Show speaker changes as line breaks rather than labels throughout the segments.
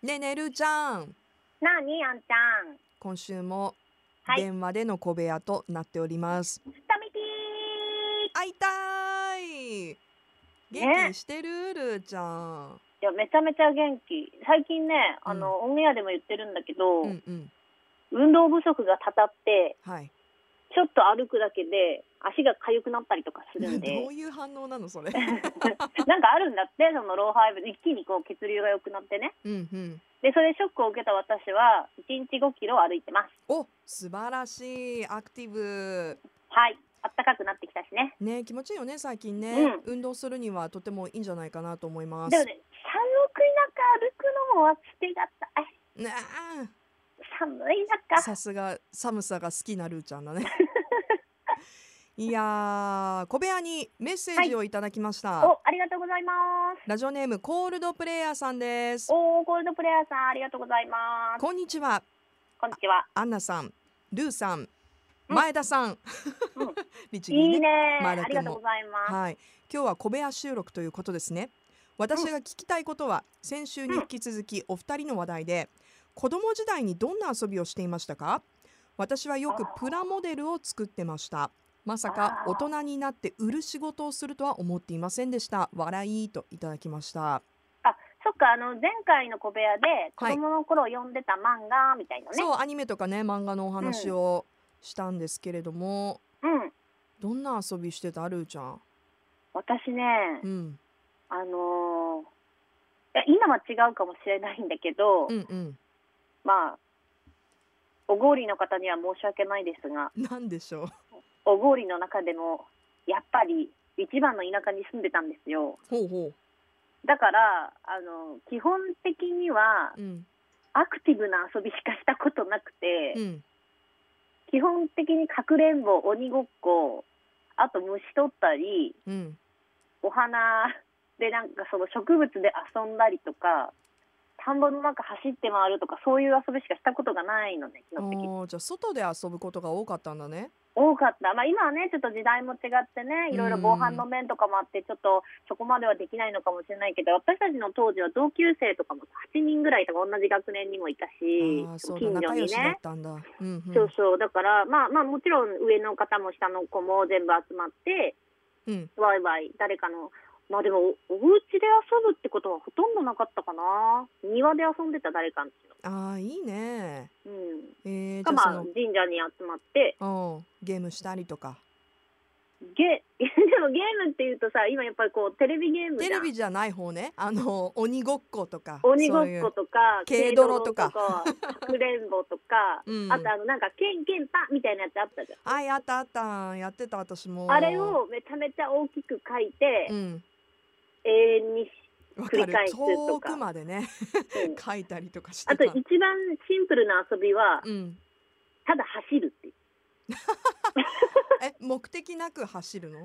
ねえねるちゃん
なあにあんちゃん。
今週も
はい
電話での小部屋となっております、
タミピ
会いたい元気してる、るーちゃん
ーいや、めちゃめちゃ元気。最近ね、あの、オンエアでも言ってるんだけど、
うんうん
運動不足がたたって、
はい
ちょっと歩くだけで足が痒くなったりとか す
ど
るんで
う、いう反応なのそれ
なんかあるんだって、その老廃部、一気にこう血流が良くなってね。
うんうん
で、それでショックを受けた私は、1日5キロ歩いてます。
お素晴らしいアクティブ
はい。あったかくなってきたしね。
ね気持ちいいよね最近ね、運動するにはとてもいいんじゃないかなと思います
でもね、寒い中歩くのもは捨てがたい。
ねえ
寒い中。
さすが寒さが好きなルーちゃん だねいやー小部屋にメッセージをいただきました、
お、ありがとうございます。
ラジオネームコールドプレイヤーさんです
おー、ゴールドプレイヤーさん、ありがとうございます。
こんにちは
こんにちは。
アンナさんルーさん
うん
前田さん、
うん
律儀
いいね
前田
あり
君も
がとうございます。
はい、今日は小部屋収録ということですね。私が聞きたいことは、先週に引き続きお二人の話題で、子供時代にどんな遊びをしていましたか私はよくプラモデルを作ってました。まさか
あー
大人になって売る仕事をするとは思っていませんでした。笑いといただきました。
あ、そっか、あの、前回の小部屋で、子
はい
供の頃読んでた漫画みたいなね。
そう、アニメとかね、漫画のお話をしたんですけれども、
うん。
どんな遊びしてたルーちゃん。
私ね、
うん、
あのーいや、今は違うかもしれないんだけど、
うん、うん。
まあ、おごりの方には申し訳ないですが、
なんでしょう。
おごりの中でも、やっぱり、一番の田舎に住んでたんですよ。
ほうほ
だから、あの、基本的には
う。う、ん、
アクティブな遊びしかしたことなくて、
うん。
基本的にかくれんぼ鬼ごっこあと虫取ったり
うん。
お花でなんかその植物で遊んだりとか田んぼの中走って回るとかそういう遊びしかしたことがないのね基本的に
おーじゃあ外で遊ぶことが多かったんだね。
多かった、まあ、今はねちょっと時代も違ってねいろいろ防犯の面とかもあってちょっとそこまではできないのかもしれないけど私たちの当時は同級生とかも8人ぐらいとか同じ学年にもいたし
ああそうだ
近所
仲良
に
しだ
ね
っ。たんだ。うんうん
そうそうだからまあまあもちろん上の方も下の子も全部集まって
うん
ワイワイ誰かのまあでもおお家で遊ぶってことはほとんどなかったかな庭で遊んでた誰かんち
ああいいね。
の
えー、
うん
じ
か
ゃ
まあ
あ
神社に集まって
その、うん、ゲームしたりとか。
ゲ でもゲームっていうとさ今やっぱりこうテレビゲーム
テ
じゃ
レ
ん
ビじゃない方ね。あの鬼ごっことか。
鬼ごっ
そういう
ことか
軽泥とか
軽泥とかかくれんぼとか、
うん
あとあのなんかケンケンパンみたいなやつあったじゃん
あやったあったやってた私も。
あれ。をめちゃめちゃ大きく書いて、
うん。
永遠にし
わか
繰り
る
返。すとか
遠くまでね
うん
書いたりとかして
あと
た。
一番シンプルな遊びは
うん。
ただ走るっていう
え目的なく走るの？
い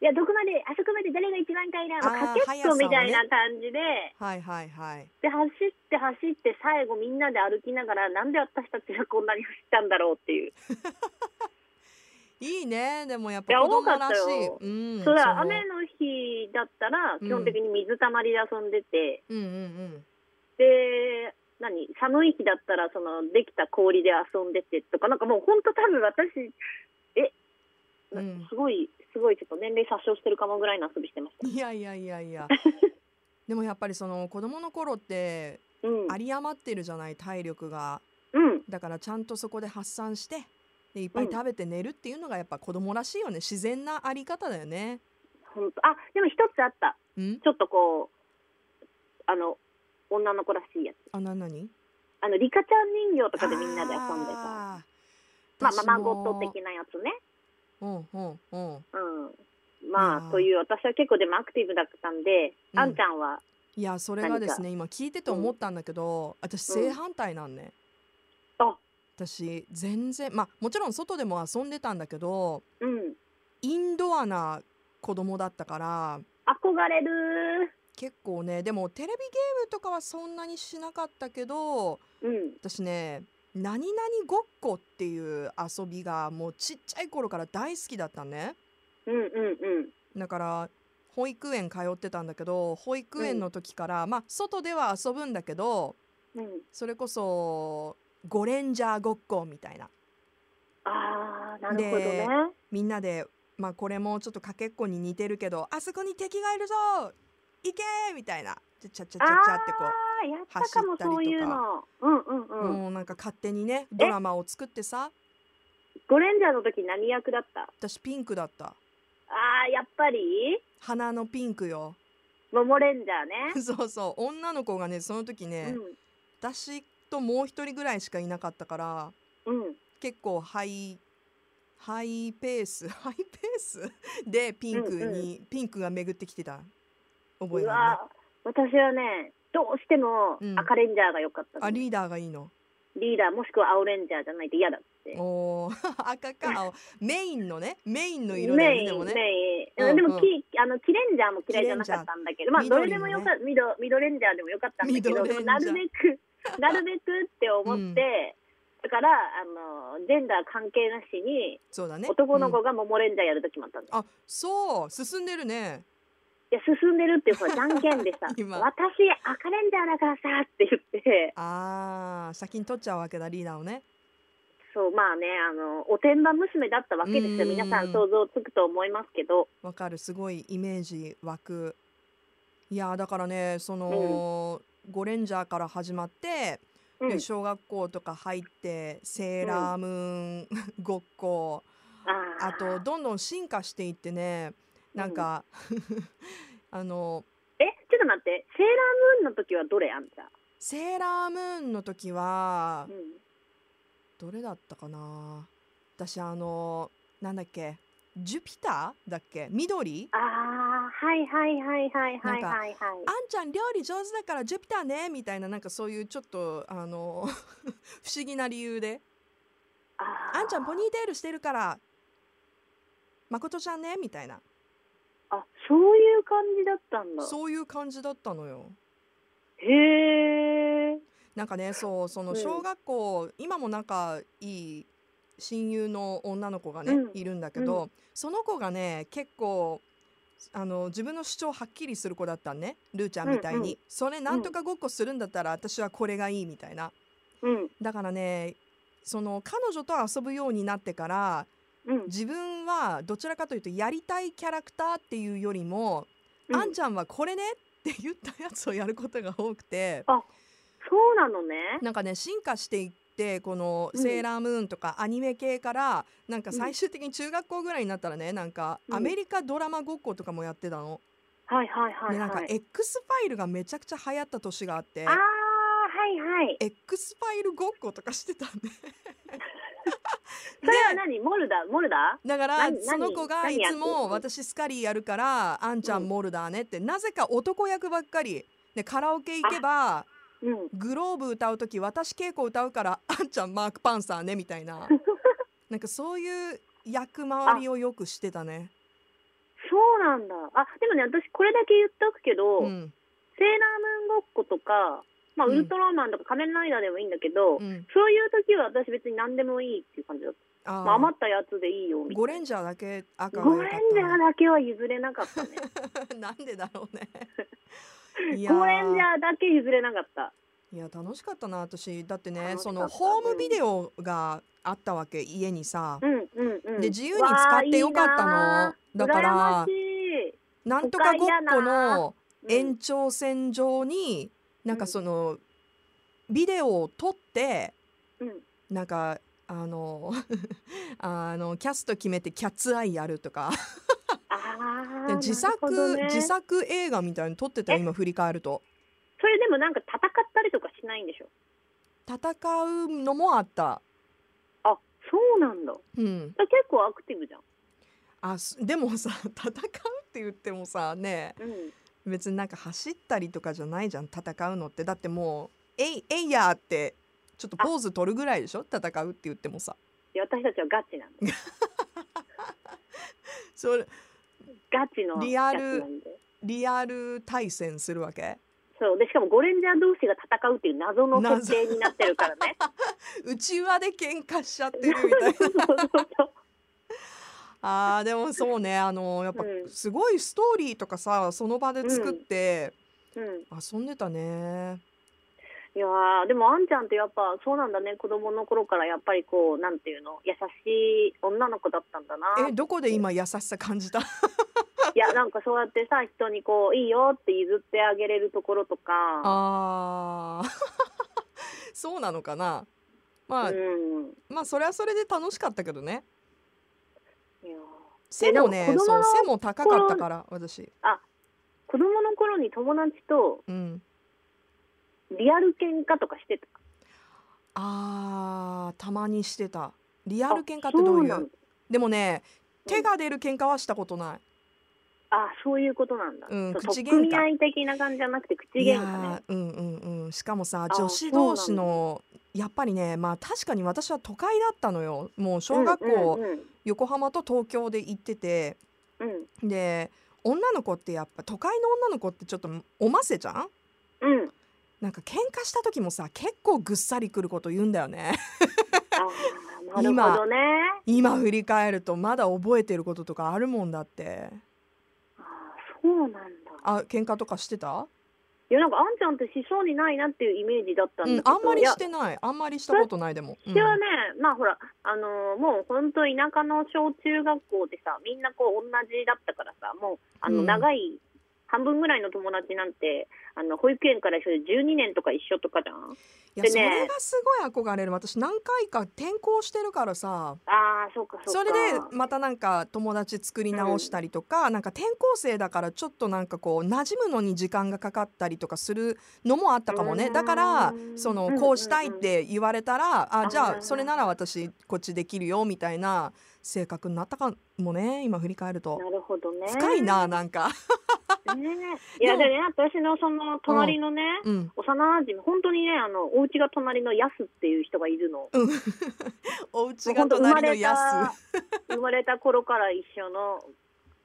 やどこまであそこまで誰が一番かいな、ま
あー
あ、かけっこみたいな感じで,、
はいはいはい。
で走って走って最後みんなで歩きながらなんで私たちがこんなに走ったんだろうっていう、
いいねでもやっ
い
ぱ
や
子供らしい。
多かったよ
うん。
そうだ
の
雨の日だったら
うん
基本的に水たまりで遊んでて、
うんうん
で何寒い日だったらそのできた氷で遊んでてとかなんかもう本当多分私え、
う
なんすごいすごいちょっと年齢殺傷してるかもぐらいの遊びしてまし
うん。いやいやいやい や。でもやっぱりその子供の頃って
た。うん、
有り余ってるじゃない体力が。
うん
だからちゃんとそこで発散して。でいっぱい
うん
食べて寝るっていうのがやっぱ子供らしいよね自然なあり方だよね。
ほんとあでも一つあった
うん？
ちょっとこうあの女の子らしいやつ
あななに？
あのリカちゃん人形とかでみんなで遊んでたまあ
あー私も
ママゴット的なやつね
うんうんうん。
うん
あ
ま
ー
あという私は結構でもアクティブだったんで、
うん
あんちゃんはい
やそれがですね今聞いてて思ったんだけど、私
うん
正反対なんね。
あ
私全然まあもちろん外でも遊んでたんだけど
うん
インドアな子供だったから
憧れる
結構ねでもテレビゲームとかはそんなにしなかったけど
うん
私ね何々ごっこっていう遊びがもうちっちゃい頃から大好きだったね
うんうん
だから保育園通ってたんだけど保育園の時から、まあ外では遊ぶんだけど
うん、
それこそゴレンジャーごっこみたいな
ああなるほど
で
ね
みんなで、まあ、これもちょっとかけっこに似てるけどあそこに敵がいるぞ行けーみたいなちゃちゃちゃちゃちゃってこう
ああやったかも
走ったりとか
そういうのうんうんうん、
もうなんか勝手にねドラマを作ってさ
ゴレンジャーの時何役だった
私ピンクだった
ああやっぱり
鼻のピンクよ
モモレンジャー ね
そうそう女の子がねその時ね、私ともう一人ぐらいしかいなかったから
うんうん
結構ハイハイペースハイペースでピンクに、
うん
ピンクが巡ってきてた覚え
う
があるね
わ私はねどうしても
うん
赤レンジャーが良かったの、
あリーダーがいいの
リーダーもしくは青レンジャーじゃないと嫌だって
おー 赤か青メインのねメインの色だよ
メ
ね
イ
でも
ン
ね
メイン、
うん
で
う
も
ん
キあのキレンジャーも嫌いじゃなかったんだけどまあどれ
緑
で
の
も
ね
よかったミドミドレンジャーでもよかったんだけど
ミドレン
で
ジャー
もなるべく なるべくって思って、
うん
だからあのジェンダー関係なしに
そうだね
男の
うん
子がモモレンジャーやるときもあったんだよ、
あそう進んでるね
いや進んでるっていうほらじゃんけんでさ私
今
赤レンジャーだからさって言って
あー先に取っちゃうわけだリーダーをね
そうまあねあのおてんば娘だったわけですよ
うん
皆さん想像つくと思いますけど
わかるすごいイメージ湧くいやーだからねその、ゴレンジャーから始まって、
うん
で小学校とか入ってセーラームーン、 ごっこ
あ
あと
ー
どんどん進化していってねなんか、 あの
えちょっと待ってセーラームーンの時はどれあんた、
セーラームーンの時は
うん、
どれだったかな私あのなんだっけジュピターだっけ緑
あーはいはいはいはいはいはい
あ
はい
んちゃん料理上手だからジュピターねみたいななんかそういうちょっとあの 不思議な理由で
あ
あんちゃんポニ
ー
ーテールしてるから誠ちゃんねみたいな
あそういう感じだったんだ
そういう感じだったのよ
へえ
なんかねそうその
うん
小学校、今も仲いい親友の女の子がね、
うん
いるんだけど、その子がね結構あの自分の主張はっきりする子だったんねルーちゃんみたいに、
うんうん
それなんとかごっこするんだったら私はこれがいいみたいな
うん
だからねその彼女と遊ぶようになってから
うん
自分はどちらかというとやりたいキャラクターっていうよりも、
うん
あんちゃんはこれねって言ったやつをやることが多くて
そうなのね
なんかね進化していってこの「
うん
セーラームーン」とかアニメ系からなんか最終的に中学校ぐらいになったらねなんか
うん
アメリカドラマごっことかもやってたの。
はいはいはい
でなん
は
か
い
X ファイルがめちゃくちゃ流行った年があって
ああはいはい
X ファイルごっことかしてたんで。
それは何モルダモルダ
だから
何
その子がい
何
つも
何やって
私スカリーやるからあんちゃ
うんん
モルダーねって、なぜか男役ばっかりでカラオケ行けば
うん
グローブ歌う時私稽古歌うから あんちゃんマークパンサーねみたい ななんかそういう役回りをよくしてたね。
そうなんだあでもね私これだけ言っておくけど、
うん
セーラームーンごっことか、まあ、
うん
ウルトラマンとか仮面ライダーでもいいんだけど、
うん、
そういう時は私別に何でもいいっていう感じだった、
あー
まあ、余ったやつでいいよみた
ゴ
い
レンジャーだけ赤
な
が良
ゴ
かっ
レ
た
ンジャーだけは譲れなかったね
な なんでだろうね。 いやー
ゴレンジャーだけ譲れなかった
いや楽しかったな私だってね
楽し
そ
かった
のホームビデオがあったわけ家にさ。
うんうんうん
で自由に使ってよかったの
わあいいな
だか
あ
ら
羨ましい
なんとかごっこ
都会だ
の
うん
延長線上に、なんかそのビデオを撮って
うん
なんかあの あのキャスト決めてキャッツアイやるとか
あ
で
ー
自
なるほど
作、
ね
自作映画みたいに撮ってたよ
え
今振り返ると
それでもなんか戦ったりとかしないんでしょ
戦うのもあった、
あそうなんだ
うん、
結構アクティブじゃん
あすでもさ 戦うって言ってもさね
うん
別になんか走ったりとかじゃないじゃん戦うのってだってもう「えいえいや!」ってちょっとポーズ取るぐらいでしょ戦うって言ってもさ
いや私たちはガチなん で
それ
ガチの
リアル
やつなんで
リアル対戦するわけ
そうでしかもゴレンジャー同士が戦うっていう謎の設定になってるからね
内輪で喧嘩しちゃってるみたいな
そうそうそう
あーでもそうねあのやっぱ
うん
すごいストーリーとかさその場で作って
うん
遊んでたね
いやーでもあんちゃんってやっぱそうなんだね子供の頃からやっぱりこうなんていうの優しい女の子だったんだな
えどこで今優しさ感じた
いやなんかそうやってさ人にこういいよって譲ってあげれるところとか
あー そうなのかなまあ、
うん
まあそれはそれで楽しかったけどね
いやー
背もね
でも子供
そう
の
背も高かったから私
子供の頃に友達と
うん
リアル喧嘩とかしてた
あーたまにしてたリア
あ
ル喧嘩ってどう
そ
い
な
うん
だ
でもね手が出る喧嘩はしたことない
あそういうことなんだ、
うん
そう
口喧嘩
取っ組み合い的な感じじゃなくて口
い
喧
や
嘩ね
ーうんうんうんしかもさ
あ
女子同士のやっぱりねまあ確かに私は都会だったのよもう小学校、
うんうん
横浜と東京で行ってて
うん
で女の子ってやっぱ都会の女の子ってちょっとおませじゃん
うんうん
なんか喧嘩した時もさ結構ぐっさりくること言うんだよね
あーなるほどね
今振り返るとまだ覚えてることとかあるもんだって
あーそうなんだ
あ喧嘩とかしてた
いやなんかあんちゃんってしそうにないなっていうイメージだったんだ
う
け
ん
ど、
あんまり
いや
してないあんまりしたことないでも、うん
私はね、まあほら、あのーもう本当田舎の小中学校でさ、みんなこう同じだったからさ、もうあ
う
の
ん
長い、半分ぐらいの友達なんて、あの保育園から一緒で12年とか一緒とかじゃん。
いや
でね
それがすごい憧れる私何回か転校してるからさ
ああ、そうかそうか。
それでまたなんか友達作り直したりとか、なんか転校生だからちょっとなんかこう馴染むのに時間がかかったりとかするのもあったかもね
うん
だからそ
うんう
の
んうん
こうしたいって言われたら、
あ
あ
ー
じゃあそれなら私こっちできるよみたいな性格になったかもね今振り返ると
なるほどね。
深いななんか
ねえ。いや
で
で
も
ね、私のその隣のね、
うん
幼馴染、本当にね、あのお家が隣のヤスっていう人がいるの。
お家
もう
が
本当生ま
隣の
れ
や
た
す
生まれた頃から一緒の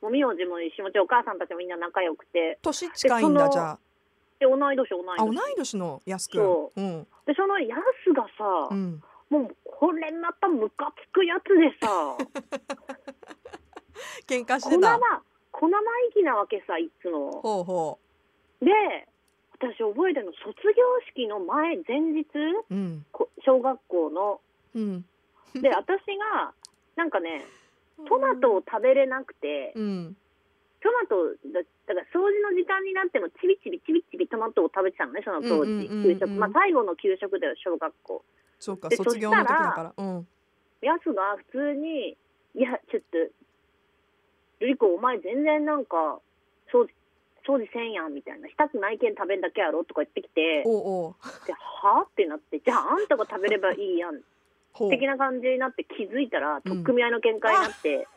もう名字も一緒もちろんお母さんたちもみんな仲良くて
年近いんだ
でその
じゃ
で同い年同い
ああ同い
年
年のやすく
そ
んうん
でそのヤスがさ、
うん
もうこれまたムカつくやつでさ
喧 嘩し
小
て
生
た
小生意気なわけさいつも
ほうほ
で私覚えてるの卒業式の前前日
ううん
こ小学校の
うん
で私がなんかねトマトを食べれなくて、
うん
トマトだだから掃除の時間になってもちびちびちびちびトマトを食べてたのねその当
うん
時、
うんうんうん
給食まあ最後の給食だよ小学校
そうか
で
卒業の時だ
そしたら
からうん
やすが普通に「いやちょっとルリコお前全然なんか掃除掃除せんやん」みたいな「したくないけん食べんだけやろ」とか言ってきて
おうおう
「ではあ?」ってなって「じゃああんたが食べればいいやん」
ほう
的な感じになって気づいたら
うん
取っ組み合いの喧嘩にな って、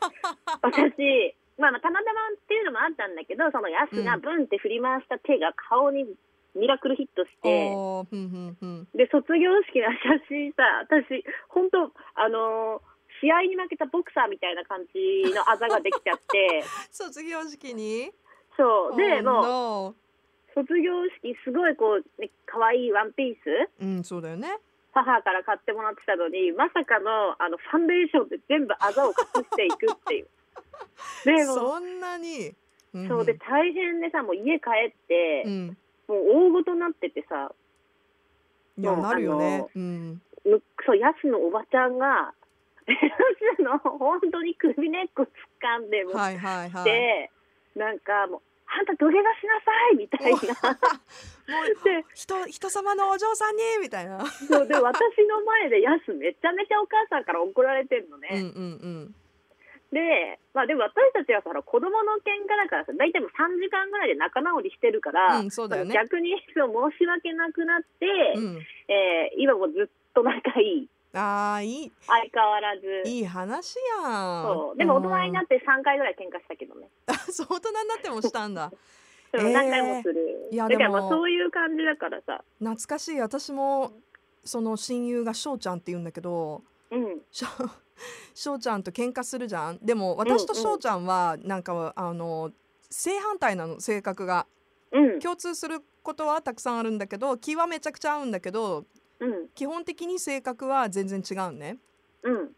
私まあまあたまたまっていうのもあったんだけどそのヤスが
うん
ブンって振り回した手が顔にミラクルヒットして、
おーふんふんふん
で卒業式の写真さ私本当あのー試合に負けたボクサーみたいな感じのあざができちゃって
卒業式に
そう で
Oh
もう
no
卒業式すごいこう、ね、可愛いワンピース
うんそうだよね
母から買ってもらってたのにまさかのあのファンデーションで全部あざを隠していく っていう。でもう
そんなにうん
そうで大変でさもう家帰って、
うん
もう大ごとになっててさ
いや
もう
なるよ
あ
ね
の
うん
むそうヤスのおばちゃんが ヤスの本当に首根っこ掴んでもって、
はいはいはい
なんかもう「あんた土下座しなさい」みたいな。
も
で
う人人様のお嬢さんにみたいな
そうで私の前でヤスめちゃめちゃお母さんから怒られてるのね。
うんうんうん
で、まあでも私たちはさ、ほら子供の喧嘩だからさ、大体もう3時間ぐらいで仲直りしてるから、
うんそうだよね
逆にそう申し訳なくなって、
うん
えー今もずっと仲いい。
あーいい
相変わらず。
いい話やん
そう。でも大人にな
っ
って3回ぐらい喧嘩したけどね。
て そう大人になってもしたんだ
そう
えー
何回もする。
いや
だから
で
まあ
も
そういう感じだからさ。
懐かしい私もその親友が翔ちゃんって言うんだけど
うん。
翔翔ちゃんと喧嘩するじゃんでも私と翔ちゃんはなんか、あの正反対なの性格が
うん。
共通することはたくさんあるんだけど気はめちゃくちゃ合うんだけど
うん。
基本的に性格は全然違うね
うん。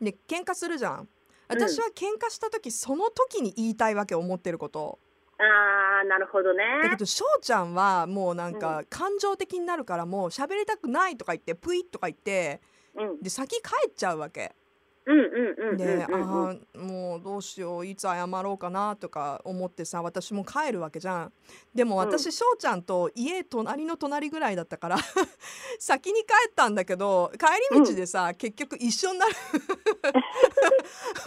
で喧嘩するじゃん私は喧嘩した時その時に言いたいわけ思ってること
あーなるほどね
だけど翔ちゃんはもうなんか感情的になるからもう喋りたくないとか言ってプイッとか言って
うん
で先帰っちゃうわけ
うんうんうんうん
であ
うんうん
ーもうどうしよういつ謝ろうかなとか思ってさ私も帰るわけじゃんでも
う
私翔ちゃんと家隣の隣ぐらいだったから 先に帰ったんだけど帰り道でさ、結局一緒に な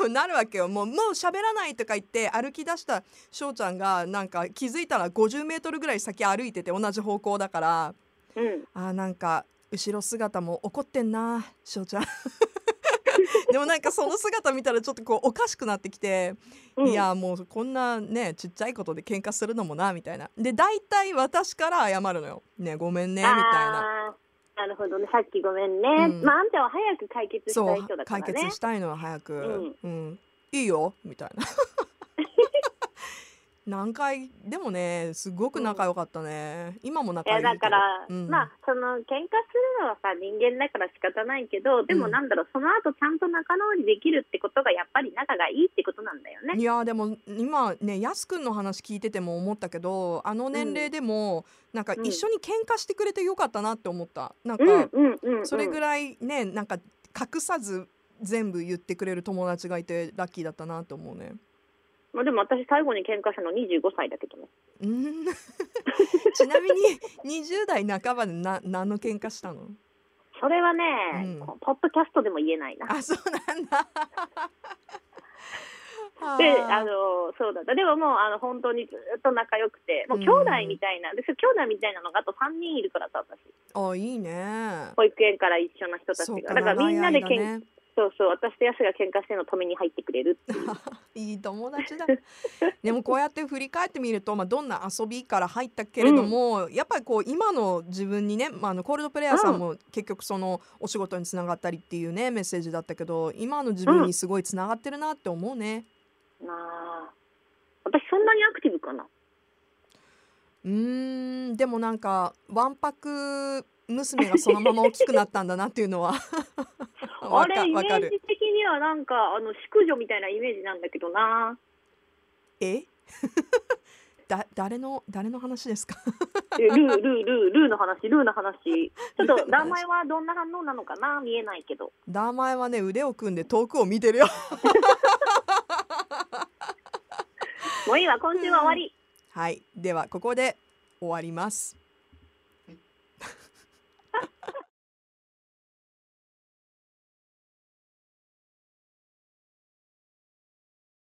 るなるわけよもうもう喋らないとか言って歩き出した翔ちゃんがなんか気づいたら50メートルぐらい先歩いてて同じ方向だから
うん
あーなんか後ろ姿も怒ってんな翔 ちゃんでもなんかその姿見たらちょっとこうおかしくなってきて、
うん
いやもうこんなねちっちゃいことで喧嘩するのもなみたいなで大体私から謝るのよ「ねごめんね」みたいな。
あーなるほどねさっきごめんね、
うん
まああんたは早く解決し
そ
た
う
い人だか
解
らね
決したいのは早く、うんいいよみ たいな何回でもねすごく仲良かったね、今も
い
仲い
や
いけど
だから、
うん
まあその喧嘩するのはさ人間だから仕方ないけどでも
うん
なんだろう、その後ちゃんと仲直りできるってことがやっぱり仲がいいってことなんだよね。
いやーでも今ねやすくんの話聞いてても思ったけどあの年齢でもなんか
うん
一緒に喧嘩してくれてよかったなって思ったなん
うん
か
うんうん、うん、
それぐらいねなんか隠さず全部言ってくれる友達がいてラッキーだったなって思うね
まあ、でも私最後に喧嘩したの25歳だけどね
うん ちなみに20代半ばでな何の喧嘩したの
それはね、
うん
こうポッドキャストでも言えないな。
あそうなんだあ
で
ー
あのそうだったでももうあの本当にずっと仲良くてもう兄弟みたいな、でそう兄弟みたいなのがあと3人いるからさ私
あいいね
保育園から一緒な人たち
そう
がだからみんなで
長い
けん、
間ね
そうそう私とヤスが喧嘩してるの止めに入ってくれるっていう
いい友達だでもこうやって振り返ってみると、まあ、どんな遊びから入ったけれども、やっぱりこう今の自分にね、まあ、あのコールドプレイヤーさんも結局そのお仕事につながったりっていうねメッセージだったけど今の自分にすごいつながってるなって思うね。
なあ私そんなにアクティブかな
うーんでもなんかわんぱく娘がそのまま大きくなったんだなっていうのはわ
あ
か
れイメ
わか
ー
る。
ジ的にはなんかあの淑女みたいなイメージなんだけ どな
え だ誰の誰の話ですか
えルールールールーの話ルーの話ちょっと名前はどんな反応なのかな見えないけど
名前はね腕を組んで遠くを見てるよ。
もういいわ今週は終わり、
はい、ではここで終わります。